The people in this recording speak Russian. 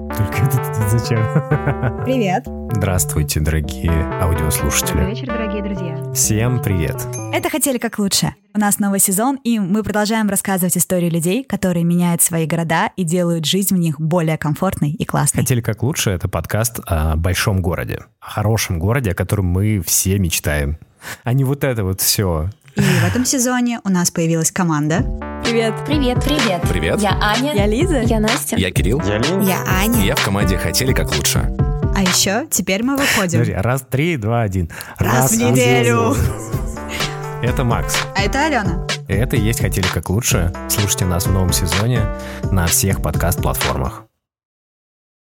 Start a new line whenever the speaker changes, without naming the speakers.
Только это зачем?
Привет.
Здравствуйте, дорогие аудиослушатели.
вечер, дорогие друзья.
Всем привет.
Это «Хотели как лучше». У нас новый сезон, и мы продолжаем рассказывать истории людей, которые меняют свои города и делают жизнь в них более комфортной и классной.
Хотели как лучше, это подкаст о большом городе, о хорошем городе, о котором мы все мечтаем. А не вот это вот все.
И в этом сезоне у нас появилась команда.
Привет.
Привет.
Привет.
Привет.
Я Аня.
Лиза.
Я Настя.
Я Кирилл. Я
Я Аня.
Я в команде «Хотели как лучше».
А еще теперь мы
Подожди,
выходим.
раз, три, два, один.
Раз в неделю.
Это Макс.
А это Алена.
Это и есть «Хотели как лучше». Слушайте нас в новом сезоне на всех подкаст-платформах.